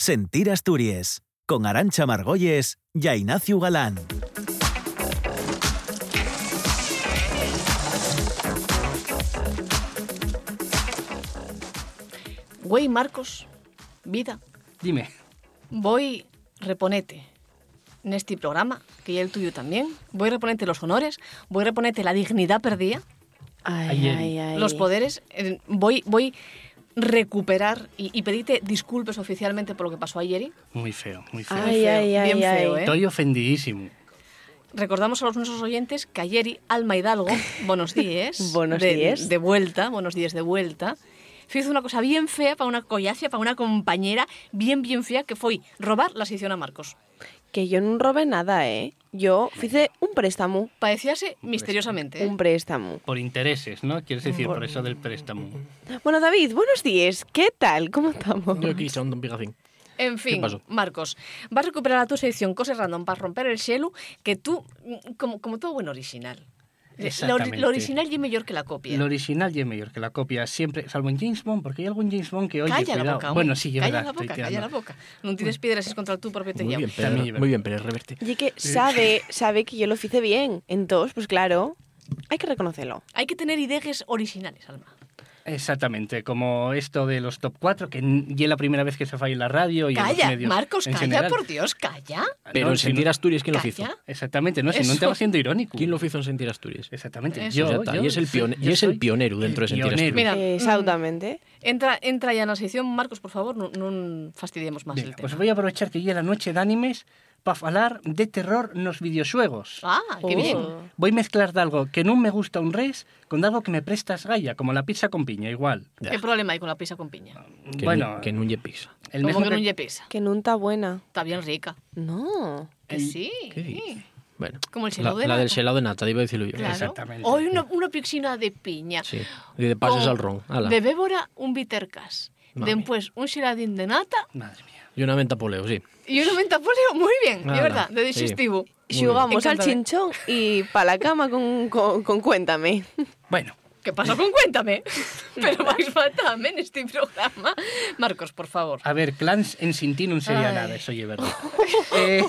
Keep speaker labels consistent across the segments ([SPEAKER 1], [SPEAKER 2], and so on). [SPEAKER 1] Sentir Asturias, con Arancha Margolles y a Ignacio Galán.
[SPEAKER 2] Güey, Marcos, vida,
[SPEAKER 3] Dime,
[SPEAKER 2] voy reponete en este programa, que ya el tuyo también. Voy reponete los honores, voy reponete la dignidad perdida,
[SPEAKER 4] Ay,
[SPEAKER 3] Ayer.
[SPEAKER 4] ay, ay.
[SPEAKER 2] los poderes. eh, Voy, voy recuperar y, y pedirte disculpas oficialmente por lo que pasó ayer. y
[SPEAKER 3] muy feo, muy feo.
[SPEAKER 4] Ay,
[SPEAKER 2] feo,
[SPEAKER 4] ay, ay,
[SPEAKER 2] bien
[SPEAKER 4] ay.
[SPEAKER 2] feo, ¿eh?
[SPEAKER 3] Estoy ofendidísimo.
[SPEAKER 2] Recordamos a los nuestros oyentes que ayer y Alma Hidalgo, buenos días,
[SPEAKER 4] Buenos
[SPEAKER 2] de,
[SPEAKER 4] días.
[SPEAKER 2] de vuelta, buenos días de vuelta, hizo una cosa bien fea para una collacia, para una compañera, bien, bien fea, que fue robar la sección a Marcos.
[SPEAKER 4] Que yo non robe nada, eh. Yo hice un préstamo.
[SPEAKER 2] Parecíase misteriosamente. ¿eh?
[SPEAKER 4] Un préstamo.
[SPEAKER 3] Por intereses, ¿no? Quieres decir, por eso del préstamo.
[SPEAKER 4] Bueno, David, buenos días. ¿Qué tal? ¿Cómo estamos?
[SPEAKER 5] Yo aquí son Don Pigafín.
[SPEAKER 2] En fin,
[SPEAKER 3] pasó?
[SPEAKER 2] Marcos, vas a recuperar a tu sección Cosas Random para romper el cielo, que tú, mm, como, como todo buen original. Lo, ori-
[SPEAKER 3] Exactamente.
[SPEAKER 2] lo original y mejor que la copia.
[SPEAKER 3] El original y es mejor que la copia siempre, salvo en James Bond, porque hay algún James Bond que oye,
[SPEAKER 2] calla la
[SPEAKER 3] cuidado.
[SPEAKER 2] boca, hombre,
[SPEAKER 3] bueno, sí, es
[SPEAKER 2] calla
[SPEAKER 3] verdad.
[SPEAKER 2] la
[SPEAKER 3] estoy
[SPEAKER 2] boca,
[SPEAKER 3] tirando.
[SPEAKER 2] calla la boca. No tires piedras es contra tu propio
[SPEAKER 5] Muy
[SPEAKER 2] tejado.
[SPEAKER 5] bien,
[SPEAKER 3] También
[SPEAKER 5] Pérez.
[SPEAKER 3] lleva.
[SPEAKER 5] Muy bien, Pérez, reverte.
[SPEAKER 4] Y que sabe, sabe que yo lo hice bien. Entonces, pues claro, hay que reconocerlo.
[SPEAKER 2] Hay que tener ideas originales, Alma.
[SPEAKER 3] Exactamente, como esto de los top 4, que n- y es la primera vez que se falla en la radio y en los
[SPEAKER 2] Calla,
[SPEAKER 3] medios
[SPEAKER 2] Marcos,
[SPEAKER 3] en
[SPEAKER 2] calla,
[SPEAKER 3] general. Ah,
[SPEAKER 2] por Dios, calla.
[SPEAKER 5] Pero
[SPEAKER 3] No,
[SPEAKER 5] en
[SPEAKER 3] si
[SPEAKER 5] Sentir
[SPEAKER 3] no-
[SPEAKER 5] Asturias, ¿quién lo hizo?
[SPEAKER 2] Calla.
[SPEAKER 3] Exactamente, no, si no
[SPEAKER 2] Eso.
[SPEAKER 3] te vas siendo irónico.
[SPEAKER 5] ¿Quién lo hizo en Sentir Asturias?
[SPEAKER 3] Exactamente,
[SPEAKER 2] Eso.
[SPEAKER 3] yo,
[SPEAKER 5] Pues ya está,
[SPEAKER 3] yo,
[SPEAKER 5] y es el
[SPEAKER 3] sí,
[SPEAKER 5] pione- y
[SPEAKER 3] yo
[SPEAKER 5] es el
[SPEAKER 3] soy
[SPEAKER 5] pionero dentro de Sentir
[SPEAKER 3] pionero.
[SPEAKER 5] Asturias.
[SPEAKER 2] Mira,
[SPEAKER 4] Eh,
[SPEAKER 2] mm,
[SPEAKER 4] Exactamente.
[SPEAKER 2] Entra, entra ya en la sección, Marcos, por favor, no, no fastidiemos más el
[SPEAKER 3] Venga,
[SPEAKER 2] tema.
[SPEAKER 3] pues voy a aprovechar que llega la noche de animes para hablar de terror nos videojuegos.
[SPEAKER 2] Ah, qué
[SPEAKER 4] Oh.
[SPEAKER 2] bien.
[SPEAKER 3] Voy a mezclar de algo que no me gusta un res con algo que me prestas gaia, como la pizza con piña, igual.
[SPEAKER 5] Ya.
[SPEAKER 2] ¿Qué problema hay con la pizza con piña?
[SPEAKER 5] Que
[SPEAKER 3] bueno,
[SPEAKER 5] nu- que no lle pisa.
[SPEAKER 3] el
[SPEAKER 2] Como
[SPEAKER 3] mismo
[SPEAKER 2] que no
[SPEAKER 3] que-
[SPEAKER 2] lle pesa.
[SPEAKER 4] Que nunca buena.
[SPEAKER 2] Está bien rica.
[SPEAKER 4] No.
[SPEAKER 2] Que
[SPEAKER 3] El-
[SPEAKER 2] Eh, sí.
[SPEAKER 5] ¿Qué dices? Bueno,
[SPEAKER 2] Como el
[SPEAKER 5] la,
[SPEAKER 2] xelado de
[SPEAKER 5] la del
[SPEAKER 2] nata.
[SPEAKER 5] selado de nata, iba a decirlo yo.
[SPEAKER 2] Claro.
[SPEAKER 3] Exactamente.
[SPEAKER 2] Hoy una, una pixina de piña.
[SPEAKER 5] Sí. Y
[SPEAKER 3] Oh,
[SPEAKER 5] de pases
[SPEAKER 2] Con-
[SPEAKER 5] al ron. ala.
[SPEAKER 2] De bébora, un bittercas.
[SPEAKER 5] Madre
[SPEAKER 2] Después, un xeladín de nata
[SPEAKER 3] Madre mía.
[SPEAKER 5] Y una menta poleo, sí.
[SPEAKER 2] y una menta polio. Muy bien, de
[SPEAKER 5] Ala,
[SPEAKER 2] verdad, de
[SPEAKER 5] sí.
[SPEAKER 2] digestivo.
[SPEAKER 5] bien.
[SPEAKER 4] Jugamos al
[SPEAKER 2] Encántame.
[SPEAKER 4] chinchón y para la cama con, con- con Cuéntame.
[SPEAKER 3] Bueno,
[SPEAKER 2] ¿Qué pasa con Cuéntame? Pero vais fatal en este programa. Marcos, por favor.
[SPEAKER 3] a ver, clans en Sintín un sería
[SPEAKER 2] Ay.
[SPEAKER 3] nada, eso oye, verdad. Eh,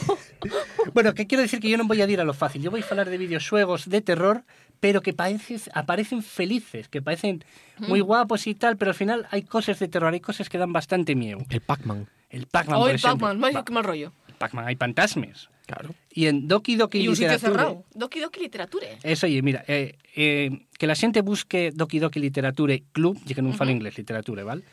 [SPEAKER 3] bueno, que quiero decir que yo no voy a ir a lo fácil. Yo voy a hablar de videojuegos de terror, pero que pareces- aparecen felices, que parecen muy
[SPEAKER 2] Mm.
[SPEAKER 3] guapos y tal, pero al final hay cosas de terror, hay cosas que dan bastante miedo.
[SPEAKER 5] El Pac-Man.
[SPEAKER 3] El Pac-Man, por
[SPEAKER 2] Hoy
[SPEAKER 3] ejemplo.
[SPEAKER 2] Pac-Man, vaya,
[SPEAKER 3] Ah, Va,
[SPEAKER 2] qué mal rollo.
[SPEAKER 3] Pac-Man, hay fantasmas.
[SPEAKER 5] Claro.
[SPEAKER 3] Y en Doki Doki
[SPEAKER 2] Y un sitio
[SPEAKER 3] Literature-
[SPEAKER 2] cerrado. Doki Doki Literature.
[SPEAKER 3] Eso, oye, mira, eh, eh, que la gente busque Doki Doki Literature Club, ya que no falo inglés, literature, ¿vale?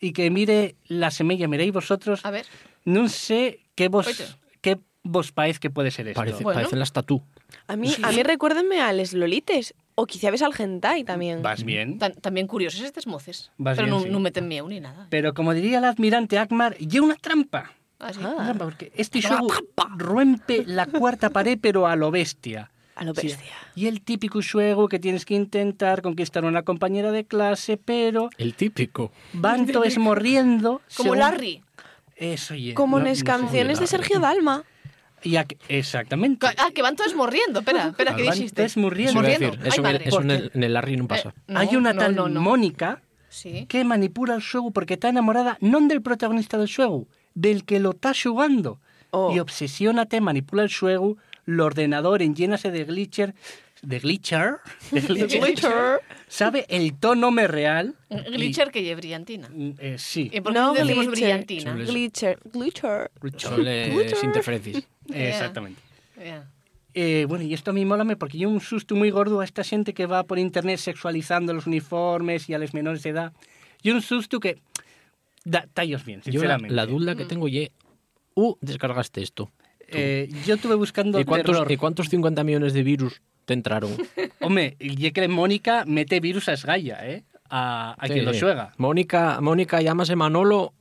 [SPEAKER 3] Y que mire la semilla, miréis vosotros,
[SPEAKER 2] A ver.
[SPEAKER 3] no sé qué vos,
[SPEAKER 2] Oite.
[SPEAKER 3] qué vos país que puede ser esto.
[SPEAKER 5] Parece,
[SPEAKER 2] Bueno.
[SPEAKER 5] Parecen las tatú.
[SPEAKER 4] A mí, a mí recuérdenme a Les Lolites. O quizá ves al Gentai también.
[SPEAKER 3] Vas bien.
[SPEAKER 2] Tan- también curiosos estos moces.
[SPEAKER 3] Vas
[SPEAKER 2] pero
[SPEAKER 3] bien,
[SPEAKER 2] no,
[SPEAKER 3] sí.
[SPEAKER 2] no meten miedo ni nada.
[SPEAKER 3] Pero como diría el admirante Akmar, lleva una trampa.
[SPEAKER 2] Así.
[SPEAKER 3] Una trampa, porque este
[SPEAKER 2] Una
[SPEAKER 3] juego
[SPEAKER 2] trampa.
[SPEAKER 3] rompe la cuarta pared, pero a lo bestia.
[SPEAKER 4] A lo
[SPEAKER 3] Sí.
[SPEAKER 4] bestia.
[SPEAKER 3] Y el típico juego que tienes que intentar conquistar a una compañera de clase, pero
[SPEAKER 5] El típico.
[SPEAKER 3] van todos morriendo.
[SPEAKER 2] Como
[SPEAKER 3] según-
[SPEAKER 2] Larry.
[SPEAKER 3] Eso, oye.
[SPEAKER 4] Como
[SPEAKER 3] no-
[SPEAKER 4] en las
[SPEAKER 3] no sé.
[SPEAKER 4] canciones de Sergio Dalma.
[SPEAKER 3] Y a que- exactamente.
[SPEAKER 2] Ah, que van todos morriendo. Espera, espera, ¿qué
[SPEAKER 3] Van
[SPEAKER 2] dijiste?
[SPEAKER 3] todos morriendo.
[SPEAKER 5] Eso iba a
[SPEAKER 2] Morriendo.
[SPEAKER 5] decir. Eso, en
[SPEAKER 2] Ay,
[SPEAKER 5] el-
[SPEAKER 2] madre.
[SPEAKER 5] eso en,
[SPEAKER 3] Porque-
[SPEAKER 5] el, en el Larry no pasa.
[SPEAKER 2] Eh, no,
[SPEAKER 3] Hay una
[SPEAKER 2] no,
[SPEAKER 3] tal
[SPEAKER 2] no, no.
[SPEAKER 3] Mónica
[SPEAKER 2] Sí.
[SPEAKER 3] que manipula el juego porque está enamorada no del protagonista del juego, del que lo está jugando.
[SPEAKER 4] Oh.
[SPEAKER 3] Y obsesiónate, manipula el juego, el ordenador llénase de glitcher, de glitcher, de glitcher, sabe el tono me real.
[SPEAKER 2] Un Glitcher que lleve brillantina.
[SPEAKER 3] Y, eh, sí,
[SPEAKER 2] ¿Y por qué
[SPEAKER 4] No,
[SPEAKER 2] no decimos
[SPEAKER 4] glitcher.
[SPEAKER 2] brillantina?
[SPEAKER 5] Sobre
[SPEAKER 4] Glitcher. Glitcher.
[SPEAKER 5] Son las interferencias.
[SPEAKER 2] Yeah.
[SPEAKER 3] exactamente.
[SPEAKER 2] Ya.
[SPEAKER 3] Eh, bueno, y esto a mí mólame porque yo un susto muy gordo a esta gente que va por internet sexualizando los uniformes y a los menores de edad. Y un susto que... Da, tallos bien,
[SPEAKER 5] Yo la,
[SPEAKER 3] sinceramente. Mm.
[SPEAKER 5] la duda que tengo ye... Uh, descargaste esto.
[SPEAKER 3] Eh, yo estuve buscando
[SPEAKER 5] ¿Y cuántos,
[SPEAKER 3] terror.
[SPEAKER 5] ¿Y cuántos 50 millones de virus te entraron?
[SPEAKER 3] Hombre, y es que Mónica mete virus a Esgaya, ¿eh? A, a quien lo
[SPEAKER 5] Sí.
[SPEAKER 3] juega.
[SPEAKER 5] Mónica, Mónica llámase Manolo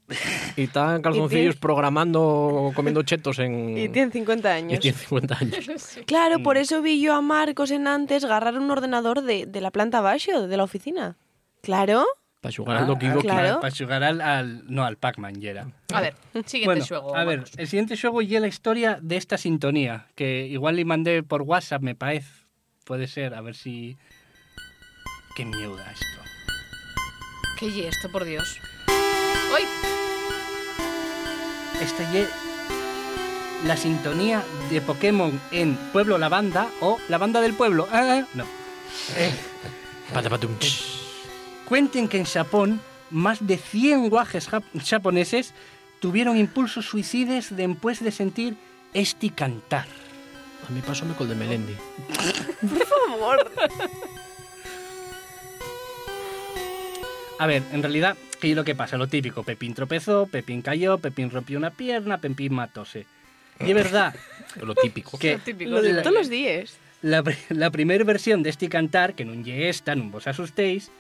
[SPEAKER 5] y está en calzoncillos programando, comiendo chetos en...
[SPEAKER 4] Y tiene 50
[SPEAKER 5] y
[SPEAKER 4] años.
[SPEAKER 5] tiene 50 años.
[SPEAKER 4] Claro, por eso vi yo a Marcos en antes agarrar un ordenador de, de la planta abajo, de la oficina. Claro.
[SPEAKER 5] Para jugar
[SPEAKER 3] Ah,
[SPEAKER 5] al Doki Doki.
[SPEAKER 4] claro.
[SPEAKER 3] Para jugar al, al- No, al Pac-Man, ya era.
[SPEAKER 2] A ver, siguiente
[SPEAKER 3] Bueno,
[SPEAKER 2] juego.
[SPEAKER 3] a ver,
[SPEAKER 2] Marcos.
[SPEAKER 3] el siguiente juego y es la historia de esta sintonía, que igual le mandé por WhatsApp, me parece. Puede ser, a ver si... Qué mierda esto.
[SPEAKER 2] ¿Qué es esto, por Dios? ¡Ay!
[SPEAKER 3] Este ye- la sintonía de Pokémon en Pueblo La Banda o La Banda del Pueblo. Ah, no. Eh,
[SPEAKER 5] Patapatum, ch.
[SPEAKER 3] cuenten que en Japón más de 100 guajes jap- japoneses tuvieron impulsos suicides después de sentir este cantar.
[SPEAKER 5] A mí pasóme col de Melendi.
[SPEAKER 3] A ver, en realidad, ¿qué es lo que pasa? Lo típico, Pepín tropezó, Pepín cayó, Pepín rompió una pierna, Pepín matóse. Y es verdad
[SPEAKER 5] Lo típico.
[SPEAKER 3] que
[SPEAKER 2] típico.
[SPEAKER 4] Lo de
[SPEAKER 3] la-
[SPEAKER 4] todos los días.
[SPEAKER 3] La, primera versión de este cantar, que non lle esta, non vos asustéis,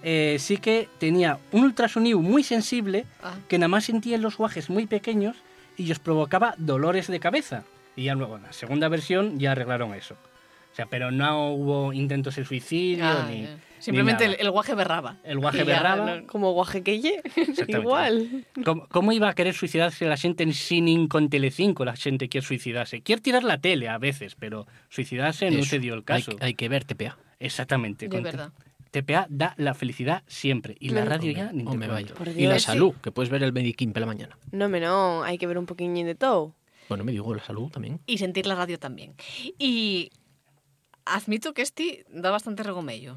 [SPEAKER 3] eh, sí que tenía un ultrasonido muy sensible
[SPEAKER 2] Ah.
[SPEAKER 3] que nada más sentía en los guajes muy pequeños y os provocaba dolores de cabeza. Y ya luego, en la segunda versión, ya arreglaron eso. O sea, pero no hubo intentos de suicidio
[SPEAKER 2] Ah,
[SPEAKER 3] ni.
[SPEAKER 2] ya.
[SPEAKER 3] ni
[SPEAKER 2] Simplemente
[SPEAKER 3] nada.
[SPEAKER 2] el, el guaje berraba.
[SPEAKER 3] El guaje
[SPEAKER 2] Y ya,
[SPEAKER 3] berraba.
[SPEAKER 2] no-
[SPEAKER 4] Como guajequeye.
[SPEAKER 3] Exactamente.
[SPEAKER 4] Igual.
[SPEAKER 3] ¿Cómo, cómo iba a querer suicidarse la gente en Sinning con Telecinco? La gente quiere suicidarse. Quiere tirar la tele a veces, pero suicidarse no
[SPEAKER 5] Eso.
[SPEAKER 3] se dio el
[SPEAKER 5] Hay-
[SPEAKER 3] caso.
[SPEAKER 5] Hay, que verte, pea.
[SPEAKER 3] Exactamente.
[SPEAKER 2] De
[SPEAKER 3] con
[SPEAKER 2] verdad.
[SPEAKER 3] T- TPA da la felicidad siempre. Y la
[SPEAKER 4] Claro.
[SPEAKER 3] radio ya ni te
[SPEAKER 5] Hombre, Oh, vaya.
[SPEAKER 3] cuento.
[SPEAKER 4] Por
[SPEAKER 5] Y la
[SPEAKER 4] Dios.
[SPEAKER 5] salud, que puedes ver el mediquín pela mañana.
[SPEAKER 4] No, me no, hay que ver un poquillo de todo.
[SPEAKER 5] Bueno, me digo la salud también.
[SPEAKER 2] Y sentir la radio también. Y admito que este da bastante regomello.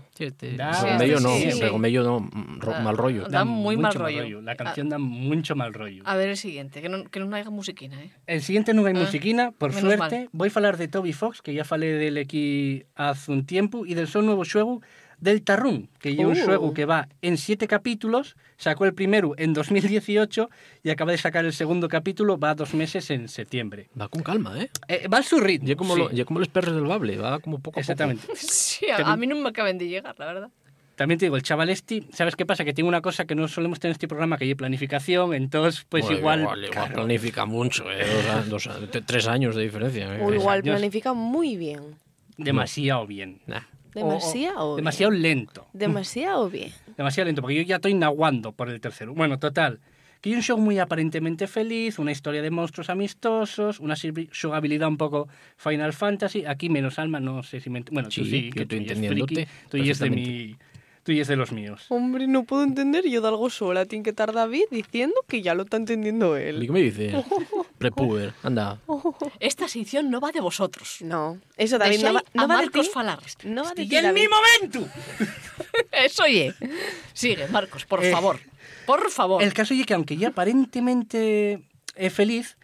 [SPEAKER 3] Da-
[SPEAKER 2] Sí,
[SPEAKER 5] Gomello
[SPEAKER 2] sí,
[SPEAKER 5] no,
[SPEAKER 2] sí, sí.
[SPEAKER 5] Gomello no, mm, ro-
[SPEAKER 2] Da-
[SPEAKER 5] mal rollo.
[SPEAKER 3] Ah.
[SPEAKER 2] da muy mal
[SPEAKER 3] mucho
[SPEAKER 2] rollo. Ah.
[SPEAKER 3] La canción da mucho mal rollo.
[SPEAKER 2] A ver el siguiente, que no, que no haya musiquina, ¿eh?
[SPEAKER 3] El siguiente no hay
[SPEAKER 2] Ah,
[SPEAKER 3] musiquina, por
[SPEAKER 2] menos
[SPEAKER 3] suerte. Voy a hablar de Toby Fox, que ya falé del aquí hace un tiempo, y del seu nuevo juego del Tarrún, que es un
[SPEAKER 4] Uh.
[SPEAKER 5] Oh.
[SPEAKER 3] juego que va en siete capítulos, sacó el primero en 2018 y acaba de sacar el segundo capítulo, va a dos meses en septiembre.
[SPEAKER 5] Va con calma, ¿eh?
[SPEAKER 3] Eh, va a su ritmo.
[SPEAKER 5] Ya como,
[SPEAKER 3] sí.
[SPEAKER 5] lo- ya como los perros del bable, va como poco a
[SPEAKER 3] Exactamente.
[SPEAKER 2] Sí, a,
[SPEAKER 3] También-
[SPEAKER 2] a mí no me acaban de llegar, la verdad.
[SPEAKER 3] También te digo, el chaval este, ¿sabes qué pasa? Que tiene una cosa que no solemos tener en este programa, que hay planificación, entonces
[SPEAKER 5] poco.
[SPEAKER 3] pues
[SPEAKER 5] Bueno,
[SPEAKER 3] igual...
[SPEAKER 5] Igual, igual planifica mucho, ¿eh? Dos a- dos a- te- tres años de diferencia. ¿eh?
[SPEAKER 4] O igual
[SPEAKER 3] Dios.
[SPEAKER 4] planifica muy bien.
[SPEAKER 3] Demasiado bien.
[SPEAKER 5] Nah.
[SPEAKER 3] O- o-
[SPEAKER 4] Demasiado. bien.
[SPEAKER 3] Demasiado lento.
[SPEAKER 4] Demasiado bien.
[SPEAKER 3] Demasiado lento, porque yo ya estoy naguando por el tercero. Bueno, total. Que hay un show muy aparentemente feliz, una historia de monstruos amistosos, una sirvi- jugabilidad un poco Final Fantasy. Aquí menos alma, no sé si me... ent- Bueno, tú
[SPEAKER 5] Sí,
[SPEAKER 3] sí,
[SPEAKER 5] yo
[SPEAKER 3] que
[SPEAKER 5] estoy
[SPEAKER 3] tú y es
[SPEAKER 5] entendiéndote
[SPEAKER 3] friki, Tú y es de mi... Tú y es de los míos.
[SPEAKER 4] Hombre, no puedo entender yo de algo sola. Tiene que estar David diciendo que ya lo está entendiendo
[SPEAKER 5] ¿Y
[SPEAKER 4] él.
[SPEAKER 5] qué me dices? Prepuber, anda.
[SPEAKER 2] Pues, Esta sección no va de vosotros.
[SPEAKER 4] No, eso David no
[SPEAKER 2] Deixei
[SPEAKER 4] va, no
[SPEAKER 2] a
[SPEAKER 4] va de ti.
[SPEAKER 2] Marcos falar.
[SPEAKER 4] No va de
[SPEAKER 3] ¡Y
[SPEAKER 4] ti,
[SPEAKER 3] en
[SPEAKER 4] David.
[SPEAKER 3] mi momento!
[SPEAKER 2] Eso ye. Sigue, Marcos, por
[SPEAKER 3] Eh,
[SPEAKER 2] favor. Por favor.
[SPEAKER 3] El caso es que aunque ya aparentemente es feliz,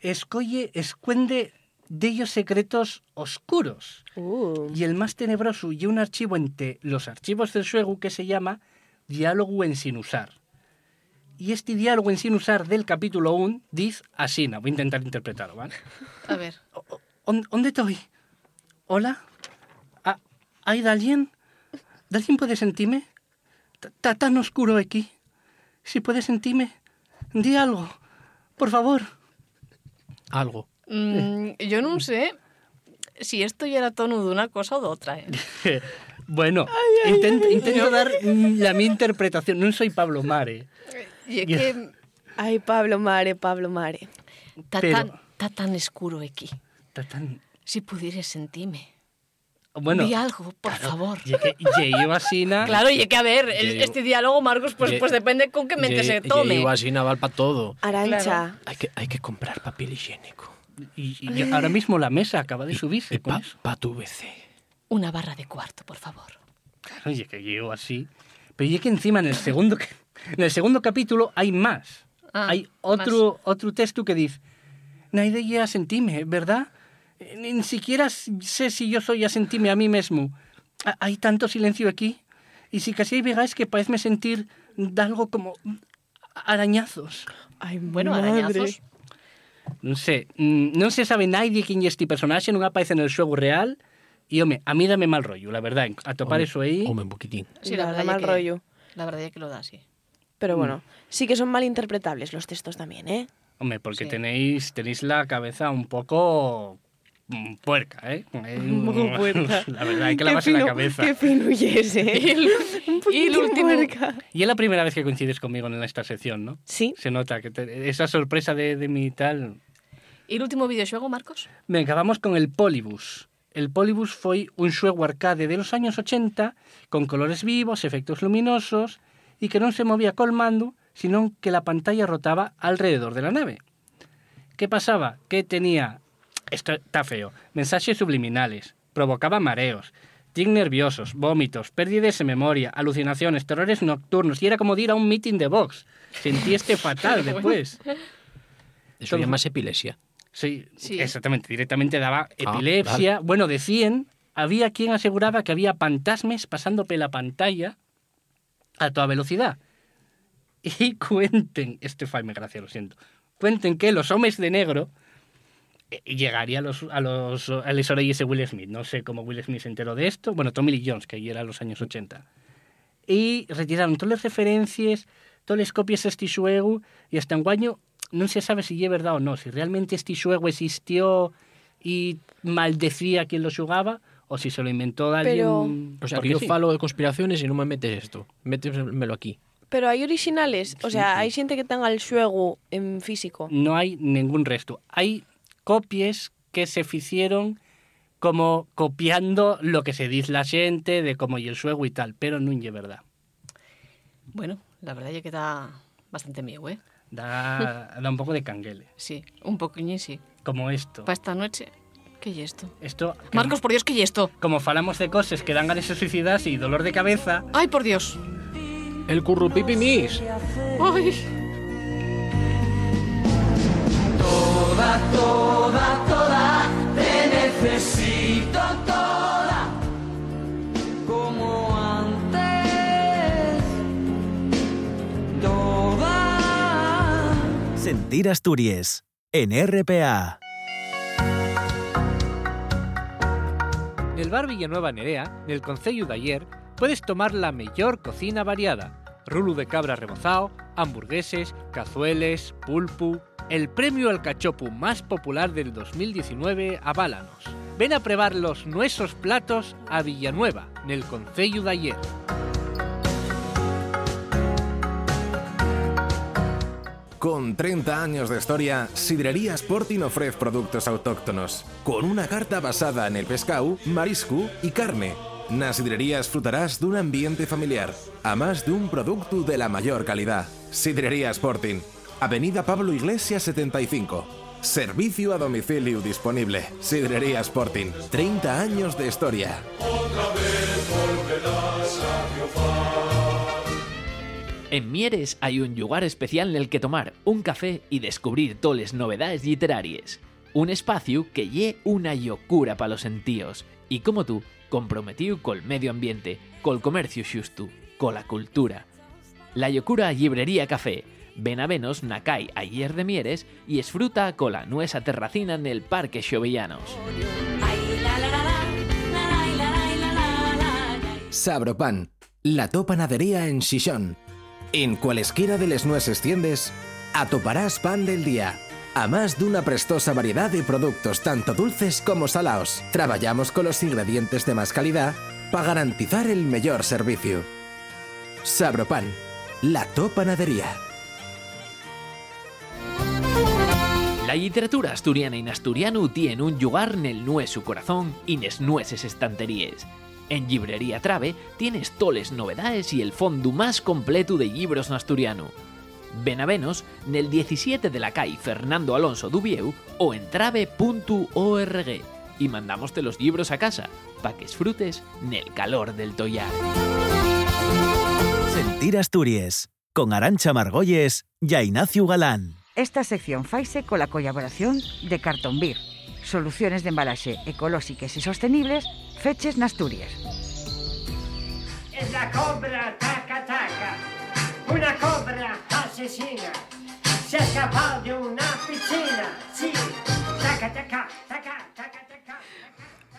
[SPEAKER 3] escolle, escuende de ellos secretos oscuros.
[SPEAKER 4] Uh,
[SPEAKER 3] Y el más tenebroso y un archivo entre los archivos del juego que se llama Diálogo en sin usar. Y este diálogo en sin usar del capítulo 1 dice así, voy a intentar interpretarlo, ¿vale?
[SPEAKER 2] A ver.
[SPEAKER 3] O- o- ¿on- ¿Dónde estoy? ¿Hola? ¿Ha- ¿Hay de alguien? ¿De alguien puede sentirme? Está tan oscuro aquí. Si puede sentirme, di algo, por favor.
[SPEAKER 5] Algo.
[SPEAKER 2] Mm, yo no sé si esto ya era tono de una cosa o de otra. ¿eh?
[SPEAKER 3] Bueno, intent- intento dar mm, la mi interpretación. No soy Pablo eh. Mare.
[SPEAKER 2] Y es que
[SPEAKER 4] Ay, Pablo Mare, Pablo Mare.
[SPEAKER 2] está
[SPEAKER 3] Pero-
[SPEAKER 2] tan, está tan escuro aquí.
[SPEAKER 3] Está tan...
[SPEAKER 2] Si pudieras sentirme.
[SPEAKER 3] Bueno,
[SPEAKER 2] Di algo, por favor.
[SPEAKER 3] y que y yo así na-
[SPEAKER 2] Claro, y es que a ver, el-
[SPEAKER 5] Ye-
[SPEAKER 2] este diálogo, Marcos, pues,
[SPEAKER 5] Ye-
[SPEAKER 2] pues depende con qué mente
[SPEAKER 5] Ye-
[SPEAKER 2] se
[SPEAKER 5] ye
[SPEAKER 2] tome.
[SPEAKER 5] iba así naval para todo.
[SPEAKER 4] Arancha.
[SPEAKER 5] Hay que, hay que comprar papel higiénico.
[SPEAKER 3] y- y yo- ahora mismo la mesa acaba de subirse
[SPEAKER 5] Y
[SPEAKER 3] con
[SPEAKER 5] pa,
[SPEAKER 3] eso.
[SPEAKER 5] pa tu VC.
[SPEAKER 2] Una barra de cuarto, por favor.
[SPEAKER 3] Claro, y que yo así. Pero y que encima en el segundo, ca- en el segundo capítulo hay más.
[SPEAKER 2] Ah,
[SPEAKER 3] hay otro, otro texto que dice, nadie llega a sentirme, ¿verdad? Eh, Ni ni siquiera sé si yo soy a sentirme a mí mismo. Ha- Hay tanto silencio aquí. Y si casi hay vegas que parece sentir de algo como arañazos.
[SPEAKER 4] Ay,
[SPEAKER 2] Bueno, arañazos.
[SPEAKER 3] No sé, mm, non se sabe nadie quién es este personaje, non aparece en el xogo real. Y, home, a mí dame mal rollo, la verdad, en- a topar
[SPEAKER 5] Home,
[SPEAKER 3] eso ahí...
[SPEAKER 5] Home, un poquitín.
[SPEAKER 2] Sí, la
[SPEAKER 4] Da
[SPEAKER 2] verdad
[SPEAKER 4] mal
[SPEAKER 2] ya que-
[SPEAKER 4] rollo.
[SPEAKER 2] La verdad es que lo da así.
[SPEAKER 4] Pero bueno, sí que son malinterpretables los textos también, ¿eh?
[SPEAKER 3] Home, porque
[SPEAKER 2] Sí.
[SPEAKER 3] tenéis, tenéis la cabeza un poco mm, puerca, ¿eh?
[SPEAKER 4] Un poco puerca.
[SPEAKER 3] La verdad, hay que lavarse
[SPEAKER 4] fino,
[SPEAKER 3] la cabeza.
[SPEAKER 4] Qué fino y es,
[SPEAKER 2] Y
[SPEAKER 4] ¿eh?
[SPEAKER 2] el,
[SPEAKER 4] Un
[SPEAKER 2] y el
[SPEAKER 4] poquitín
[SPEAKER 2] último.
[SPEAKER 4] puerca.
[SPEAKER 3] Y es la primera vez que coincides conmigo en esta sección, ¿no?
[SPEAKER 4] Sí.
[SPEAKER 3] Se nota que te- esa sorpresa de, de mi tal...
[SPEAKER 2] ¿Y el último videojuego, Marcos?
[SPEAKER 3] Venga, vamos con el Polybus. El Polybus foi un xuego arcade de los años 80 con colores vivos, efectos luminosos e que non se movía col mando, sino que la pantalla rotaba alrededor de la nave. ¿Qué pasaba? Que tenía, esto está feo, mensajes subliminales, provocaba mareos, tic nerviosos, vómitos, pérdidas de memoria, alucinaciones, terrores nocturnos, y era como de ir a un meeting de box. Sentí este fatal después.
[SPEAKER 5] Eso se llama epilepsia.
[SPEAKER 3] Sí,
[SPEAKER 2] Sí.
[SPEAKER 3] exactamente, directamente daba epilepsia. Bueno, decían, había quien aseguraba que había fantasmes pasando por la pantalla a toda velocidad. Y cuenten, este fue mi gracia, lo siento, cuenten que los hombres de negro eh, llegaría a los a los a les orelles de Will Smith. No sé cómo Will Smith se enteró de esto. Bueno, Tommy Lee Jones, que allí era los años 80. Y retiraron todas las referencias, todas las copias de este juego, y hasta un año no se sabe si es verdad o no, si realmente este juego existió y maldecía a quien lo jugaba, o si se lo inventó
[SPEAKER 4] Pero-
[SPEAKER 3] alguien.
[SPEAKER 5] O sea,
[SPEAKER 3] porque
[SPEAKER 5] que yo
[SPEAKER 3] sí.
[SPEAKER 5] falo de conspiraciones y no me metes esto. Métemelo aquí.
[SPEAKER 4] Pero hay originales, o sea, hay gente que tenga el juego en físico.
[SPEAKER 3] no hay ningún resto. Hay copias que se hicieron como copiando lo que se dice la gente de cómo y el juego y tal, pero no es verdad.
[SPEAKER 2] Bueno, la verdad ya que da bastante miedo, ¿eh?
[SPEAKER 3] Da, da un poco de canguele,
[SPEAKER 2] Sí, un poquillo sí.
[SPEAKER 3] como esto.
[SPEAKER 2] Para esta noche, ¿qué y esto?
[SPEAKER 3] Esto que-
[SPEAKER 2] Marcos, por Dios, ¿qué y esto?
[SPEAKER 3] como falamos de cosas que dan ganas de suicidas y dolor de cabeza,
[SPEAKER 2] ¡Ay, por Dios!
[SPEAKER 5] El currupipi mis.
[SPEAKER 2] ¡Ay!
[SPEAKER 6] como antes. Toda.
[SPEAKER 1] Sentir Asturias en RPA.
[SPEAKER 3] Nel bar Villanueva Nerea, nel Concello de ayer, puedes tomar la mejor cocina variada. Rulu de cabra rebozado, hamburgueses, cazueles, pulpu... El premio al cachopu más popular del 2019 a Bálanos. Ven a probar los nuestros platos a Villanueva, nel Concello de ayer.
[SPEAKER 7] Con 30 años de historia, Sidrería Sporting ofrece productos autóctonos, con una carta basada en el pescado, marisco y carne. Nas sidrerías frutarás de un ambiente familiar, a más de un producto de la mayor calidad. Sidrería Sporting, Avenida Pablo Iglesias 75. Servicio a domicilio disponible. Sidrería Sporting, 30 años de historia.
[SPEAKER 8] En Mieres hay un lugar especial en el que tomar un café y descubrir toles novedades literarias. Un espacio que lle una locura para los sentíos y como tú, comprometido col medio ambiente, col comercio xusto, cola cultura. La locura Librería Café. Ven a venos na cai ayer de Mieres y esfruta cola nuesa terracina en el Parque Xovellanos.
[SPEAKER 7] Sabropan, la to panadería en Xixón. En cualesquiera de les nueces tiendes, atoparás pan del día. A más de una prestosa variedad de productos tanto dulces como salados. Trabajamos con los ingredientes de más calidad para garantizar el mejor servicio. Sabropan, la to panadería.
[SPEAKER 8] La literatura asturiana y asturiano tiene un lugar en el nueso corazón y nes nueces estanterías. En Librería Trave tienes toles novedades y el fondo más completo de libros en asturiano. Ven a venos nel 17 de la calle Fernando Alonso Dubieu o en trave.org y mandámoste los libros a casa para que disfrutes nel calor del toyar.
[SPEAKER 1] Sentir Asturias con Arancha Margolles y Ignacio Galán.
[SPEAKER 9] Esta sección faise con la colaboración de Carton Beer. Soluciones de embalaxe ecolóxicas e sostenibles feches nas Asturias.
[SPEAKER 10] Es la cobra taca taca, una cobra asesina. Se ha escapado de una piscina. Sí, taca taca, taca taca taca.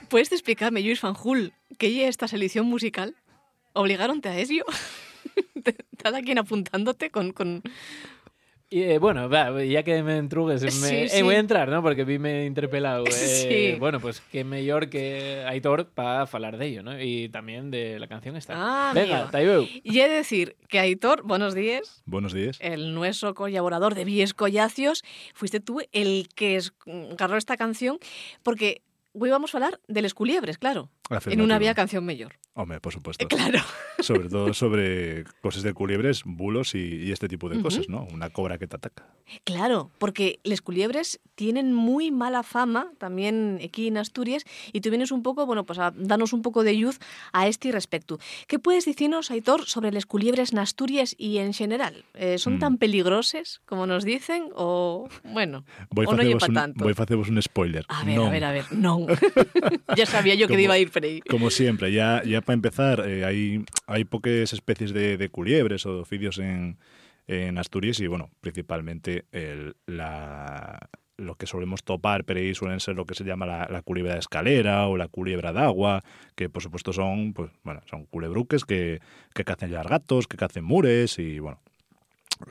[SPEAKER 2] ¿Puedes explicarme, Luis Fanjul, qué y esta selección musical? ¿Obligaronte a eso? ¿Estás aquí apuntándote con, con...
[SPEAKER 5] Y, eh, bueno, va, ya que me entrugues, me-
[SPEAKER 2] Sí,
[SPEAKER 5] eh,
[SPEAKER 2] sí.
[SPEAKER 5] voy a entrar, ¿no? Porque vi me interpelado. eh,
[SPEAKER 2] Sí.
[SPEAKER 5] Bueno, pues qué mejor que Aitor para hablar de ello, ¿no? Y también de la canción esta.
[SPEAKER 2] Ah,
[SPEAKER 5] Venga,
[SPEAKER 2] amigo.
[SPEAKER 5] te veo.
[SPEAKER 2] Y he de decir que Aitor, buenos días,
[SPEAKER 11] Buenos días.
[SPEAKER 2] el nuestro colaborador de Vies Collacios, fuiste tú el que es- mm, agarró esta canción porque hoy vamos a hablar de Les Culiebres, claro, en una vía canción mayor.
[SPEAKER 11] Hombre, por supuesto.
[SPEAKER 2] Eh, claro.
[SPEAKER 11] Sobre todo sobre cosas de culiebres, bulos y, y este tipo de
[SPEAKER 2] Ujú.
[SPEAKER 11] cosas, ¿no? Una cobra que te ataca.
[SPEAKER 2] Claro, porque Les Culiebres tienen muy mala fama también aquí en Asturias y tú vienes un poco, bueno, pues a darnos un poco de luz a este respecto. ¿Qué puedes decirnos, Aitor, sobre las culiebres en Asturias y en general? Eh,
[SPEAKER 3] Mm.
[SPEAKER 2] ¿Son tan peligrosas como nos dicen o, bueno,
[SPEAKER 3] Voy
[SPEAKER 2] o no lleva
[SPEAKER 3] facemos un,
[SPEAKER 2] tanto?
[SPEAKER 3] voy facemos un spoiler.
[SPEAKER 2] A ver,
[SPEAKER 3] non.
[SPEAKER 2] a ver, a ver, no. ya sabía yo que
[SPEAKER 3] Como-
[SPEAKER 2] iba a ir por ahí.
[SPEAKER 3] Como siempre, ya, ya para empezar, eh, hay, hay pocas especies de, de culiebres o de ofidios en, en Asturias y, bueno, principalmente el- la, lo que solemos topar, pero ahí suelen ser lo que se llama la, la culebra de escalera o la culebra de agua, que por supuesto son, pues, bueno, son culebruques que, que cacen gatos, que cacen mures y, bueno,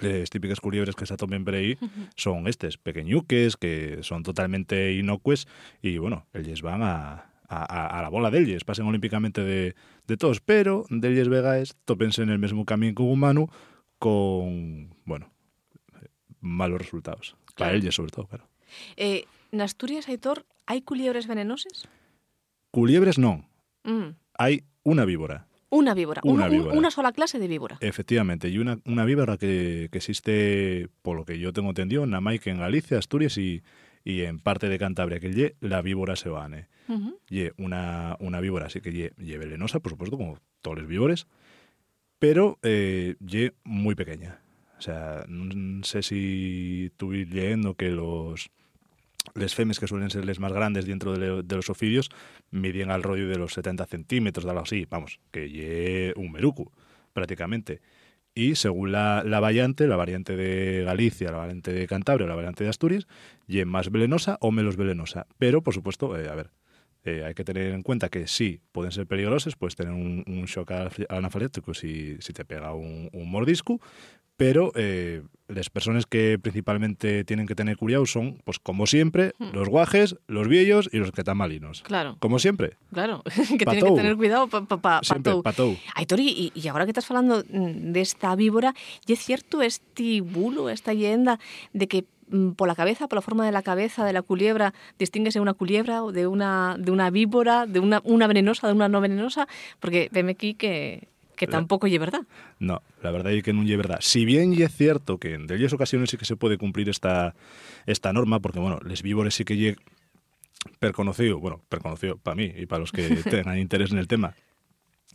[SPEAKER 3] las típicas culiebres que se tomen por ahí son estes, pequeñuques, que son totalmente inocues y, bueno, ellos van a, a- a- a la bola de ellos, pasen olímpicamente de, de todos, pero de ellos vegaes topense en el mismo camino que un humano con, bueno, eh, malos resultados. Para ellos, sobre todo, claro.
[SPEAKER 2] Eh, ¿En Asturias, Aitor, hay culiebres venenosas?
[SPEAKER 3] Culiebres no,
[SPEAKER 2] Mm,
[SPEAKER 3] hay una víbora,
[SPEAKER 2] Una víbora,
[SPEAKER 3] Una
[SPEAKER 2] un- un-
[SPEAKER 3] víbora.
[SPEAKER 2] una sola clase de víbora.
[SPEAKER 3] efectivamente, y una, una víbora que, que existe, por lo que yo tengo entendido, en Namaique, en Galicia, Asturias y, y en parte de Cantabria, que lle la víbora sebane.
[SPEAKER 2] Ujú.
[SPEAKER 3] lle una, una víbora, así que lle, lle velenosa, por supuesto, como todos los víbores, pero eh, lle muy pequeña. O sea, no sé si estuve leyendo que los les femes, que suelen ser les más grandes dentro de, le- de los ofidios, midían al rollo de los 70 centímetros, de algo así, vamos, que lle un merucu, prácticamente. Y según la, la variante, la variante de Galicia, la variante de Cantabria, o la variante de Asturias, y más velenosa o menos velenosa. Pero, por supuesto, eh, a ver, eh, hay que tener en cuenta que sí, pueden ser peligrosos, puedes tener un, un shock anaf- anafiláctico si, si te pega un, un mordisco, pero eh, las personas que principalmente tienen que tener cuidado son, pues como siempre, los guajes, los viejos y los catamalinos.
[SPEAKER 2] Claro.
[SPEAKER 3] Como siempre,
[SPEAKER 2] Claro, que tiene que
[SPEAKER 3] Patou.
[SPEAKER 2] tener cuidado para pa, pa-
[SPEAKER 3] siempre,
[SPEAKER 2] patou.
[SPEAKER 3] patou.
[SPEAKER 2] Aitor, y, y ahora que estás hablando mm, de esta víbora, ¿y es cierto este bulo, esta leyenda de que mm, por la cabeza, por la forma de la cabeza de la culebra, distinguese una culebra o de una, de una víbora, de una, una venenosa, de una no venenosa? Porque veme aquí que, que
[SPEAKER 3] La-
[SPEAKER 2] tampoco es verdad.
[SPEAKER 3] No, la verdad es que no es verdad. Si bien y es cierto que en dellas ocasiones sí que se puede cumplir esta, esta norma, porque bueno, les víbores sí que lle perconocido, bueno, perconocido para mí y para los que tengan interés en el tema,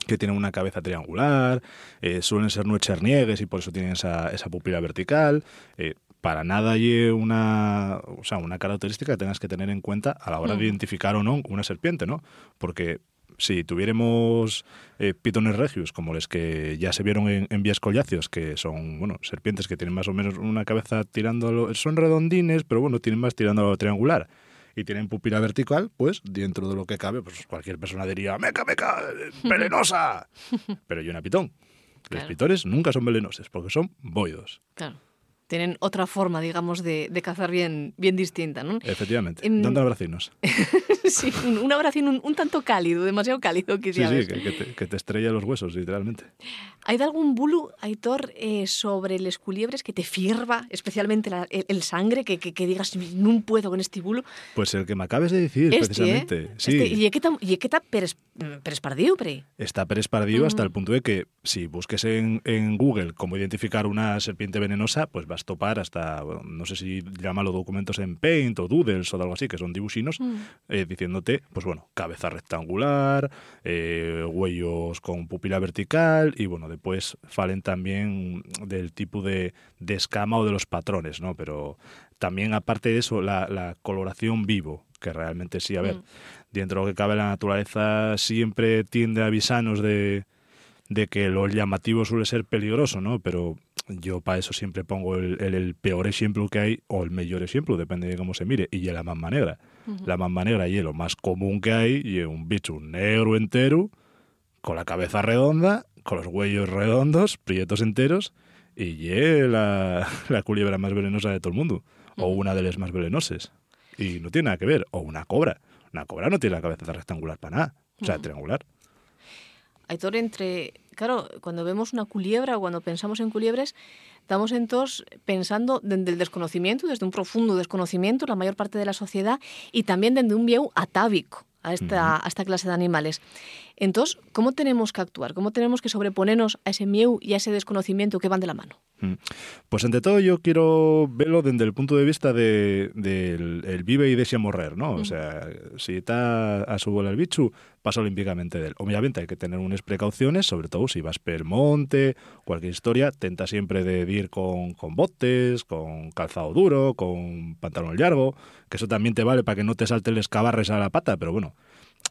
[SPEAKER 3] que tienen una cabeza triangular, eh, suelen ser nuecherniegues y por eso tienen esa, esa pupila vertical. eh, para nada hay una, o sea, una característica que tengas que tener en cuenta a la hora de
[SPEAKER 4] Mm.
[SPEAKER 3] identificar o no una serpiente, ¿no? Porque si tuviéramos eh, pitones regios, como los que ya se vieron en, en vías colláceos, que son, bueno, serpientes que tienen más o menos una cabeza tirando, a lo- son redondines, pero bueno, tienen más tirando a lo triangular. Y tienen pupila vertical, pues dentro de lo que cabe, pues cualquier persona diría, meca, meca,
[SPEAKER 2] Este,
[SPEAKER 3] venenosa. Pero hay una pitón.
[SPEAKER 2] Claro.
[SPEAKER 3] Los pitones nunca son velenosos porque son boidos,
[SPEAKER 2] Claro. Tienen otra forma, digamos, de, de cazar bien, bien distinta, ¿no?
[SPEAKER 3] efectivamente.
[SPEAKER 2] Em,
[SPEAKER 3] Dando abracinos.
[SPEAKER 2] sí, un, un abracín un, un tanto cálido, demasiado cálido,
[SPEAKER 3] Sí,
[SPEAKER 2] quizás.
[SPEAKER 3] sí, que, que te, que te estrella los huesos, literalmente.
[SPEAKER 2] ¿Hay de algún bulo, Aitor, eh, sobre los culiebres que te fierva, especialmente la- el, el sangre, que, que, que digas, no puedo con este bulo?
[SPEAKER 3] Pues el que me acabes de decir, precisamente.
[SPEAKER 2] ¿eh?
[SPEAKER 3] Sí.
[SPEAKER 2] Este, y es que tam- y es que está peres- perespardío, pre.
[SPEAKER 3] Está perespardido hasta
[SPEAKER 2] Mm.
[SPEAKER 3] el punto de que si busques en, en Google cómo identificar una serpiente venenosa, pues vas a topar hasta, bueno, no sé si llámalo documentos en Paint o Doodles o de algo así, que son dibujinos,
[SPEAKER 4] Mm.
[SPEAKER 3] eh, diciéndote, pues bueno, cabeza rectangular, eh, huellos con pupila vertical y bueno, después falen también del tipo de, de escama o de los patrones, ¿no? Pero también aparte de eso, la, la coloración vivo, que realmente sí, a ver,
[SPEAKER 4] Mm.
[SPEAKER 3] dentro de lo que cabe la naturaleza siempre tiende a avisarnos de, de que lo llamativo suele ser peligroso, ¿no? Pero yo para eso siempre pongo el, el- el peor ejemplo que hay o el mejor ejemplo, depende de cómo se mire, y ya la mamba negra.
[SPEAKER 4] Ujú.
[SPEAKER 3] La mamba negra y lo más común que hay y un bicho negro entero con la cabeza redonda, con los huellos redondos, prietos enteros y ye la, la culebra más venenosa de todo el mundo o
[SPEAKER 2] Mm.
[SPEAKER 3] una de las más velenoses. Y no tiene nada que ver. O una cobra. Una cobra no tiene la cabeza rectangular para nada. O sea,
[SPEAKER 2] Ujú.
[SPEAKER 3] triangular.
[SPEAKER 2] Aitor, entre. Claro, cuando vemos una culebra o cuando pensamos en culebres, estamos entonces pensando desde el desconocimiento, desde un profundo desconocimiento, la mayor parte de la sociedad, y también desde un viejo atávico a esta, a esta clase de animales. Entonces, ¿cómo tenemos que actuar? ¿Cómo tenemos que sobreponernos a ese miedo y a ese desconocimiento que van de la mano?
[SPEAKER 3] Mm. Pues ante todo yo quiero verlo desde el punto de vista del de, del- el vive y desea morrer, ¿no? O sea, si está a su bola el bicho, pasa olímpicamente de él. Obviamente hay que tener unas precauciones, sobre todo si vas per monte, cualquier historia, tenta siempre de ir con, con botes, con calzado duro, con pantalón largo, que eso también te vale para que no te salte el escabarres a la pata, pero bueno.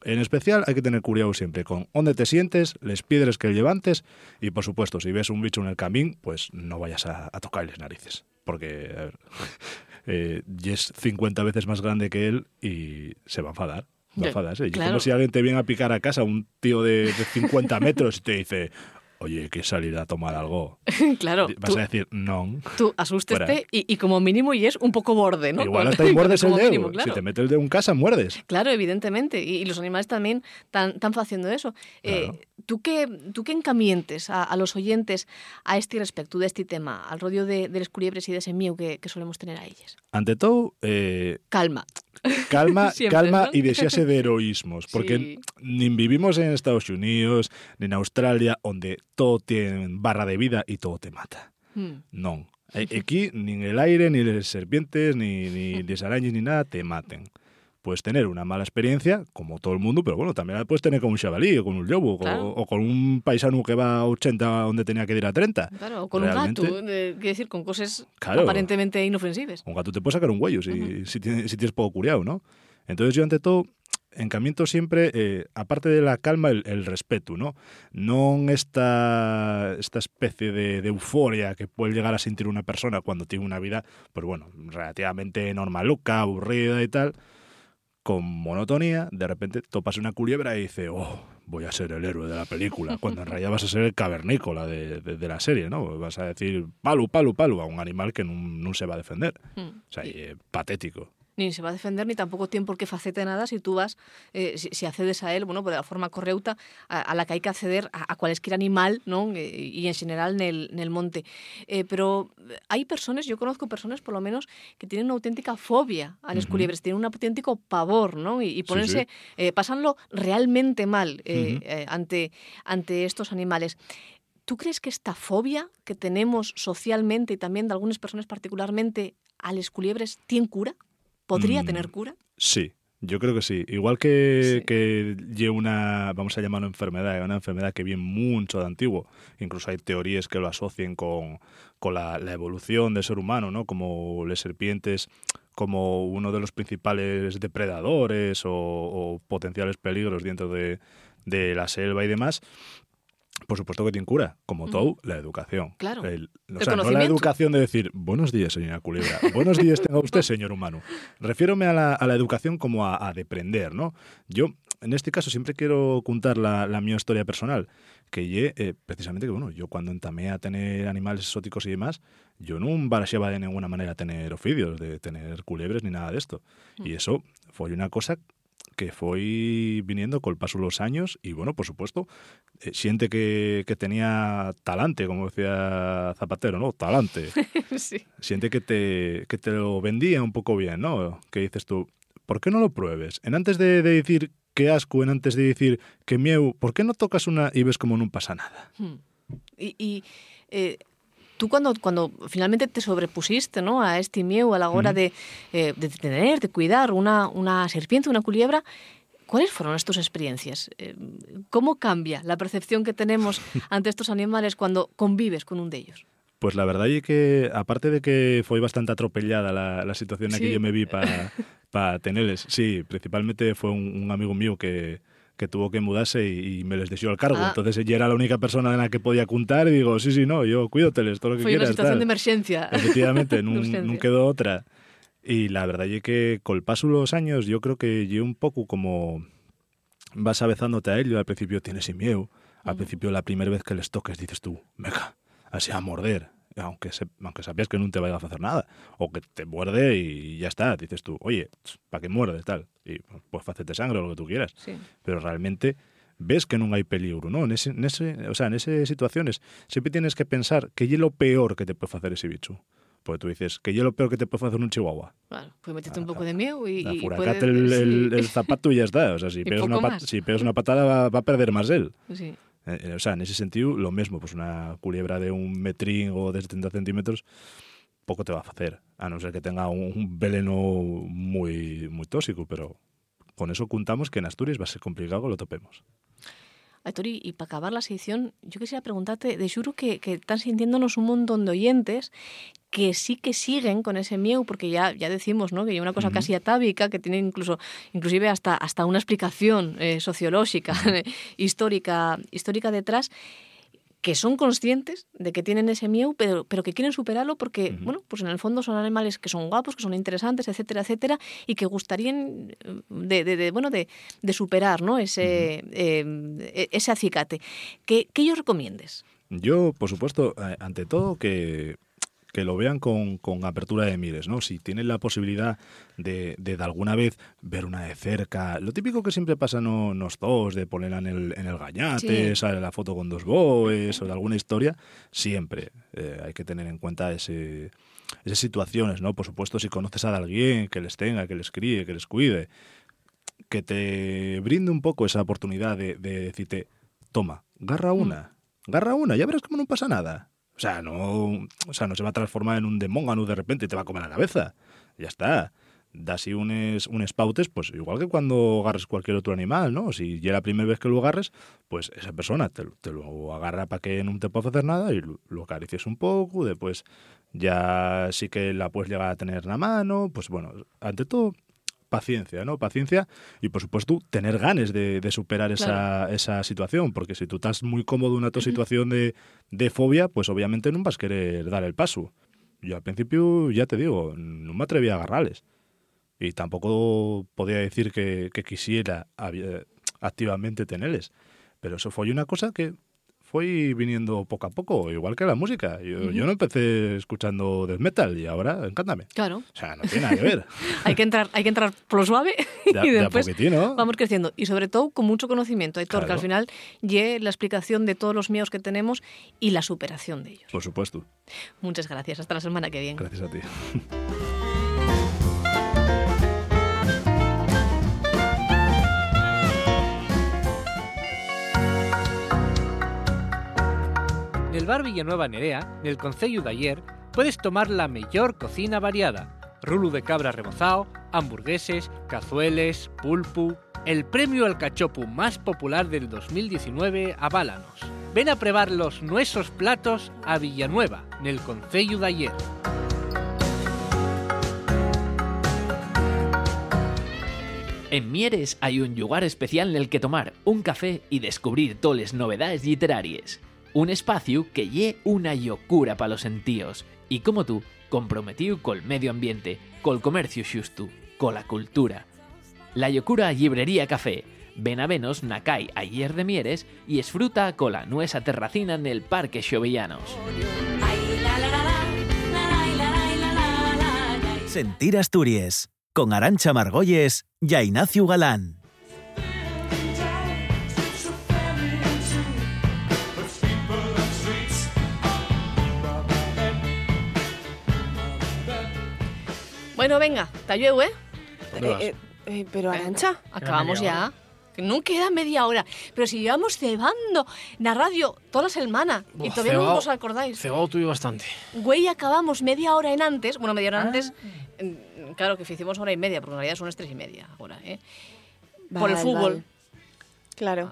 [SPEAKER 3] En especial hay que tener cuidado siempre con dónde te sientes, les piedras que llevantes y por supuesto si ves un bicho en el camino, pues no vayas a, a tocarles narices. Porque, a ver, eh, y es 50 veces más grande que él y se va a enfadar. Va
[SPEAKER 12] Ya,
[SPEAKER 3] a enfadarse. Y es
[SPEAKER 12] claro.
[SPEAKER 3] como si alguien te viene a picar a casa, un tío de, de 50 metros y te dice, oye, hay que salir a tomar algo.
[SPEAKER 2] claro,
[SPEAKER 3] Vas
[SPEAKER 2] tú,
[SPEAKER 3] a decir, no.
[SPEAKER 2] tú asústete
[SPEAKER 3] Fuera.
[SPEAKER 2] y, y como mínimo y es un poco borde, ¿no?
[SPEAKER 3] Igual
[SPEAKER 2] Con-
[SPEAKER 3] hasta ahí muerdes el
[SPEAKER 2] como
[SPEAKER 3] dedo.
[SPEAKER 2] mínimo, claro.
[SPEAKER 3] Si te mete el dedo en casa, muerdes.
[SPEAKER 2] Claro, evidentemente. Y, y los animales también están tan haciendo eso. Eh, ¿Tú qué, tú qué encamientes a, a los oyentes a este respecto, de este tema, al rollo de, de los culebres y de ese mío que, que solemos tener a ellos?
[SPEAKER 3] Ante todo, eh,
[SPEAKER 2] Calma.
[SPEAKER 3] calma,
[SPEAKER 2] Siempre,
[SPEAKER 3] calma
[SPEAKER 2] ¿no?
[SPEAKER 3] y desease de heroísmos, porque ni vivimos en Estados Unidos ni en Australia, donde todo tiene barra de vida y todo te mata.
[SPEAKER 2] Mm,
[SPEAKER 3] No. Eh, Aquí ni el aire, ni las serpientes, ni, ni las arañas, ni nada te maten. Puedes tener una mala experiencia, como todo el mundo, pero bueno, también la puedes tener con un chavalí, o con un lobo, o-
[SPEAKER 2] Claro.
[SPEAKER 3] o, con un paisano que va a 80 donde tenía que ir a 30.
[SPEAKER 2] Claro, o con
[SPEAKER 3] Realmente-
[SPEAKER 2] un gato, eh, quiero decir, con cosas
[SPEAKER 3] Claro.
[SPEAKER 2] aparentemente inofensivas.
[SPEAKER 3] Un gato te puede sacar un huello si, si, tiene- si tienes poco curiado, ¿no? Entonces yo ante todo encamiento siempre, eh, aparte de la calma, el, el respeto, ¿no? Non esta, esta especie de, de euforia que puede llegar a sentir una persona cuando tiene una vida, pues bueno, relativamente normaluca, aburrida y tal, con monotonía, de repente topas una culebra y dices, oh, voy a ser el héroe de la película, cuando en realidad vas a ser el cavernícola de, de- de la serie, ¿no? Vas a decir, palu, palu, palu, a un animal que no se va a defender.
[SPEAKER 2] Mm.
[SPEAKER 3] O sea, y, eh, patético.
[SPEAKER 2] Ni se va a defender, ni tampoco tiene por qué facete nada si tú vas, eh, si, si accedes a él, bueno, de la forma correcta a, a la que hay que acceder a, a cualquier animal, ¿no? Eh, y en general en el, en el monte. Eh, pero hay personas, yo conozco personas por lo menos, que tienen una auténtica fobia a los
[SPEAKER 13] Ujú.
[SPEAKER 2] culebres, tienen un auténtico pavor, ¿no? Y, y ponerse,
[SPEAKER 13] sí.
[SPEAKER 2] eh, pasanlo realmente mal eh,
[SPEAKER 13] Ujú.
[SPEAKER 2] eh, ante, ante estos animales. ¿Tú crees que esta fobia que tenemos socialmente y también de algunas personas particularmente a los culebres tiene cura? ¿Podría
[SPEAKER 3] Mm.
[SPEAKER 2] tener cura?
[SPEAKER 3] Sí, yo creo que sí. Igual que, que lleva una, vamos a llamarlo enfermedad, una enfermedad que viene mucho de antiguo. Incluso hay teorías que lo asocien con, con la, la evolución del ser humano, ¿no? Como las serpientes como uno de los principales depredadores o, o potenciales peligros dentro de, de la selva y demás. Por supuesto que tiene cura, como
[SPEAKER 12] Ujú.
[SPEAKER 3] todo, la educación.
[SPEAKER 12] Claro.
[SPEAKER 3] El-
[SPEAKER 12] El
[SPEAKER 3] o sea, no la
[SPEAKER 12] conocimiento.
[SPEAKER 3] educación de decir, buenos días, señora Culebra, buenos días tenga usted, señor humano. Refiérome a la, a la educación como a, a deprender, ¿no? Yo, en este caso, siempre quiero contar la, la mi historia personal, que lle, eh, precisamente que, bueno, yo cuando entamé a tener animales exóticos y demás, yo no barajeaba de ninguna manera tener ofidios, de tener culebres ni nada de esto. Y eso fue una cosa que fue viniendo con el paso de los años y bueno, por supuesto, eh, siente que, que tenía talante, como decía Zapatero, ¿no? Talante.
[SPEAKER 2] sí.
[SPEAKER 3] siente que te, que te lo vendía un poco bien, ¿no? Que dices tú, ¿por qué no lo pruebes? En antes de, de decir qué asco, en antes de decir que mieu, ¿por qué no tocas una y ves como no pasa nada?
[SPEAKER 2] Hmm. Y, y, eh, tú cuando, cuando finalmente te sobrepusiste ¿no? a este miedo a la hora
[SPEAKER 13] Ujú.
[SPEAKER 2] de, eh, de tener, de cuidar una, una serpiente, una culebra, ¿cuáles fueron estas experiencias? Eh, ¿Cómo cambia la percepción que tenemos ante estos animales cuando convives con un de ellos?
[SPEAKER 3] Pues la verdad es que, aparte de que fue bastante atropellada la, la situación en
[SPEAKER 2] Sí.
[SPEAKER 3] que yo me vi para tenerles, sí, principalmente fue un, un amigo mío que, que tuvo que mudarse y, y me les deseó el cargo.
[SPEAKER 2] Ah.
[SPEAKER 3] Entonces ella era la única persona en la que podía contar y digo, sí, sí, no, yo cuídateles, todo lo que
[SPEAKER 2] Fue una
[SPEAKER 3] quieras.
[SPEAKER 2] situación
[SPEAKER 3] tal".
[SPEAKER 2] de emergencia.
[SPEAKER 3] Efectivamente,
[SPEAKER 2] De
[SPEAKER 3] no,
[SPEAKER 2] urgencia.
[SPEAKER 3] no quedó otra. Y la verdad es que con el paso de los años yo creo que yo un poco como vas avezándote a ello, al principio tienes miedo, al principio la primera vez que les toques dices tú, venga, así a morder, aunque, se, aunque sabías que no te vaya a hacer nada, o que te muerde y ya está, dices tú, oye, ¿para qué muerdes tal? Y pues facete sangre o lo que tú quieras
[SPEAKER 12] Sí.
[SPEAKER 3] pero realmente ves que no hay peligro, ¿no? En ese, en ese- o sea, en esas situaciones siempre tienes que pensar que es lo peor que te puede hacer ese bicho. Porque tú dices, que es lo peor que te puede hacer un chihuahua.
[SPEAKER 2] Bueno, pues metete un poco de miedo y, y
[SPEAKER 3] Afuracate
[SPEAKER 2] puedes-
[SPEAKER 3] el, el-
[SPEAKER 2] sí.
[SPEAKER 3] el zapato y ya está. O sea, si
[SPEAKER 2] Y
[SPEAKER 3] pegas, una
[SPEAKER 2] poco
[SPEAKER 3] pat-
[SPEAKER 2] más.
[SPEAKER 3] si pegas una patada va, va a perder más él.
[SPEAKER 2] Sí.
[SPEAKER 3] Eh, eh, o sea, en ese sentido, lo mismo, pues una culebra de un metrín o de 70 centímetros, poco te va a hacer, a no ser que tenga un, un veleno muy, muy tóxico, pero con eso contamos que en Asturias va a ser complicado que lo topemos.
[SPEAKER 2] Aitori, y para acabar la sección, yo quisiera preguntarte, de Shuru, que, que están sintiéndonos un montón de oyentes que sí que siguen con ese miedo, porque ya, ya decimos ¿no? que hay una cosa casi atávica, que tiene incluso, inclusive hasta, hasta una explicación eh, sociológica, histórica, histórica detrás, que son conscientes de que tienen ese miedo, pero, pero que quieren superarlo porque, bueno, pues en el fondo son animales que son guapos, que son interesantes, etcétera, etcétera, y que gustarían eh, de, de- de, bueno, de, de superar ¿no? ese, eh, e- ese acicate. ¿Qué, ¿Qué ellos recomiendes?
[SPEAKER 3] Yo, por supuesto, eh, ante todo que, que lo vean con, con apertura de mires, ¿no? Si tienen la posibilidad de, de, de alguna vez ver una de cerca, lo típico que siempre pasa en los zoos, de ponerla en el, en el gañate,
[SPEAKER 14] Sí.
[SPEAKER 3] sale la foto con dos boes o de alguna historia, siempre eh, hay que tener en cuenta ese, esas situaciones, ¿no? Por supuesto, si conoces a alguien que les tenga, que les críe, que les cuide, que te brinde un poco esa oportunidad de, de decirte, toma, garra una, garra una, ya verás cómo no pasa nada. O sea, no, o sea, no se va a transformar en un demóngano de repente y te va a comer la cabeza. Ya está. Da así unes, unes pautes, pues igual que cuando agarres cualquier otro animal, ¿no? Si ya la primera vez que lo agarres, pues esa persona te, lo- te lo agarra para que no te pueda hacer nada y lo, lo acaricias un poco, después ya sí que la puedes llegar a tener en la mano, pues bueno, ante todo paciencia, ¿no? Paciencia y, por supuesto, tener ganas de, de superar esa,
[SPEAKER 14] Claro.
[SPEAKER 3] esa situación, porque si tú estás muy cómodo en una tu situación de, de fobia, pues obviamente no vas a querer dar el paso. Yo al principio, ya te digo, no me atreví a agarrarles. Y tampoco podía decir que, que quisiera habi- activamente tenerles. Pero eso fue una cosa que fue viniendo poco a poco, igual que la música. Yo,
[SPEAKER 2] Ujú.
[SPEAKER 3] yo no empecé escuchando death metal y ahora encántame.
[SPEAKER 2] Claro.
[SPEAKER 3] O sea, no tiene nada que ver.
[SPEAKER 2] hay que entrar, hay que entrar por lo suave
[SPEAKER 3] De a-
[SPEAKER 2] y
[SPEAKER 3] de a
[SPEAKER 2] después
[SPEAKER 3] poquitino.
[SPEAKER 2] vamos creciendo. Y sobre todo con mucho conocimiento, Héctor, que
[SPEAKER 3] Claro.
[SPEAKER 2] al final lleve la explicación de todos los miedos que tenemos y la superación de ellos.
[SPEAKER 3] Por supuesto.
[SPEAKER 2] Muchas gracias. Hasta la semana que viene.
[SPEAKER 3] Gracias a ti.
[SPEAKER 5] Nel bar Villanueva Nerea, nel Concello de ayer, puedes tomar la mejor cocina variada. Rulo de cabra rebozado, hamburgueses, cazueles, pulpu... El premio al cachopu más popular del 2019 aválanos. Ven a probar los nuestros platos a Villanueva, nel Concello de ayer.
[SPEAKER 8] En Mieres hay un lugar especial en el que tomar un café y descubrir toles novedades literarias. Un espacio que lle una locura para los sentíos y como tú, comprometido col medio ambiente, col comercio xusto, cola cultura. La locura Librería Café. Ven a venos na cai ayer de Mieres y esfruta cola nuesa terracina en el Parque Xovellanos.
[SPEAKER 1] Sentir Asturias con Arancha Margolles y Ignacio Galán.
[SPEAKER 2] Bueno, venga, Talleu, ¿eh?
[SPEAKER 4] ¿Dónde Eh, vas? eh,
[SPEAKER 2] pero Arancha. Acabamos
[SPEAKER 4] Queda media
[SPEAKER 2] ya. Que no queda media hora. Pero si llevamos cebando la radio toda la semana y
[SPEAKER 15] Buah,
[SPEAKER 2] todavía no
[SPEAKER 15] cebao.
[SPEAKER 2] os acordáis.
[SPEAKER 15] Cebado tuyo bastante.
[SPEAKER 2] Güey, acabamos media hora en antes. Bueno, media
[SPEAKER 15] Ah.
[SPEAKER 2] hora antes. mm, Claro que hicimos hora y media, porque en realidad son las tres y media ahora, ¿eh? Por el
[SPEAKER 4] Vale,
[SPEAKER 2] fútbol.
[SPEAKER 4] vale. Claro.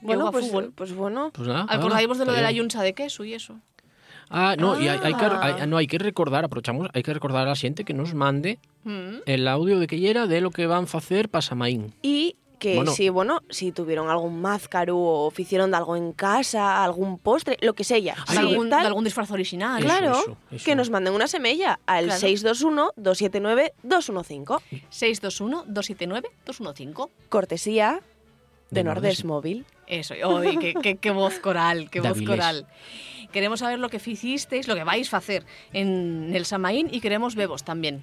[SPEAKER 2] Yo
[SPEAKER 4] Bueno,
[SPEAKER 2] a
[SPEAKER 4] pues,
[SPEAKER 2] fútbol.
[SPEAKER 4] pues bueno.
[SPEAKER 15] Pues nada,
[SPEAKER 2] Acordáis de
[SPEAKER 15] nada,
[SPEAKER 2] lo de
[SPEAKER 15] está
[SPEAKER 2] la
[SPEAKER 15] bien.
[SPEAKER 2] yuncha de queso y eso.
[SPEAKER 15] Ah, no, y hay, hay que,
[SPEAKER 2] Ah.
[SPEAKER 15] hay- no, hay que recordar, aprovechamos, hay que recordar a la gente que nos mande
[SPEAKER 2] Mm.
[SPEAKER 15] el audio de que era de lo que van a hacer para Samaín.
[SPEAKER 4] Y que
[SPEAKER 15] Bueno.
[SPEAKER 4] si, bueno, si tuvieron algún máscaro o hicieron de algo en casa, algún postre, lo que sea.
[SPEAKER 2] De algún- de algún disfraz original. Eso,
[SPEAKER 4] Claro,
[SPEAKER 2] eso, eso.
[SPEAKER 4] que nos manden una semilla al
[SPEAKER 2] Claro.
[SPEAKER 4] 621-279-215.
[SPEAKER 2] 621-279-215.
[SPEAKER 4] Cortesía de,
[SPEAKER 2] De
[SPEAKER 4] Nordes
[SPEAKER 2] Nordes.
[SPEAKER 4] Móvil.
[SPEAKER 2] Eso, oye, qué, qué- qué voz coral, qué voz
[SPEAKER 4] Davilés.
[SPEAKER 2] coral. Queremos saber lo que hicisteis, lo que vais a hacer en el Samaín y queremos bebos también.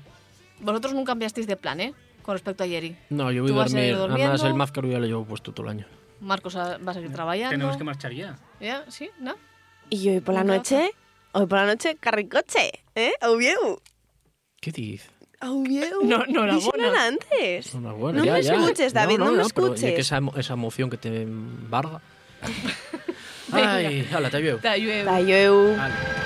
[SPEAKER 2] Vosotros nunca cambiasteis de plan, ¿eh? Con respecto a Yeri.
[SPEAKER 15] No, yo voy
[SPEAKER 2] Tú
[SPEAKER 15] a
[SPEAKER 2] vas a ir
[SPEAKER 15] dormir. Además,
[SPEAKER 2] durmiendo.
[SPEAKER 15] el máscaro ya lo llevo puesto todo el año.
[SPEAKER 2] Marcos, a- vas a ir trabajando.
[SPEAKER 16] Tenemos que marchar ya.
[SPEAKER 2] ¿Ya? ¿Sí? ¿No?
[SPEAKER 4] Y hoy por la
[SPEAKER 2] Nunca.
[SPEAKER 4] noche, hoy por la noche, carricoche, ¿eh? Aubieu.
[SPEAKER 15] ¿Qué dices?
[SPEAKER 4] Aubieu.
[SPEAKER 15] No, no era
[SPEAKER 4] Díselo
[SPEAKER 15] buena.
[SPEAKER 4] antes.
[SPEAKER 15] Una buena,
[SPEAKER 4] no
[SPEAKER 15] ya,
[SPEAKER 4] me
[SPEAKER 15] ya.
[SPEAKER 4] escuches, David, no, me
[SPEAKER 15] pero es
[SPEAKER 4] escuches.
[SPEAKER 15] que esa, emo- esa emoción que te embarga.
[SPEAKER 4] Ai, ala, t'alleu.
[SPEAKER 5] Talleu. Talleu.
[SPEAKER 4] Vale.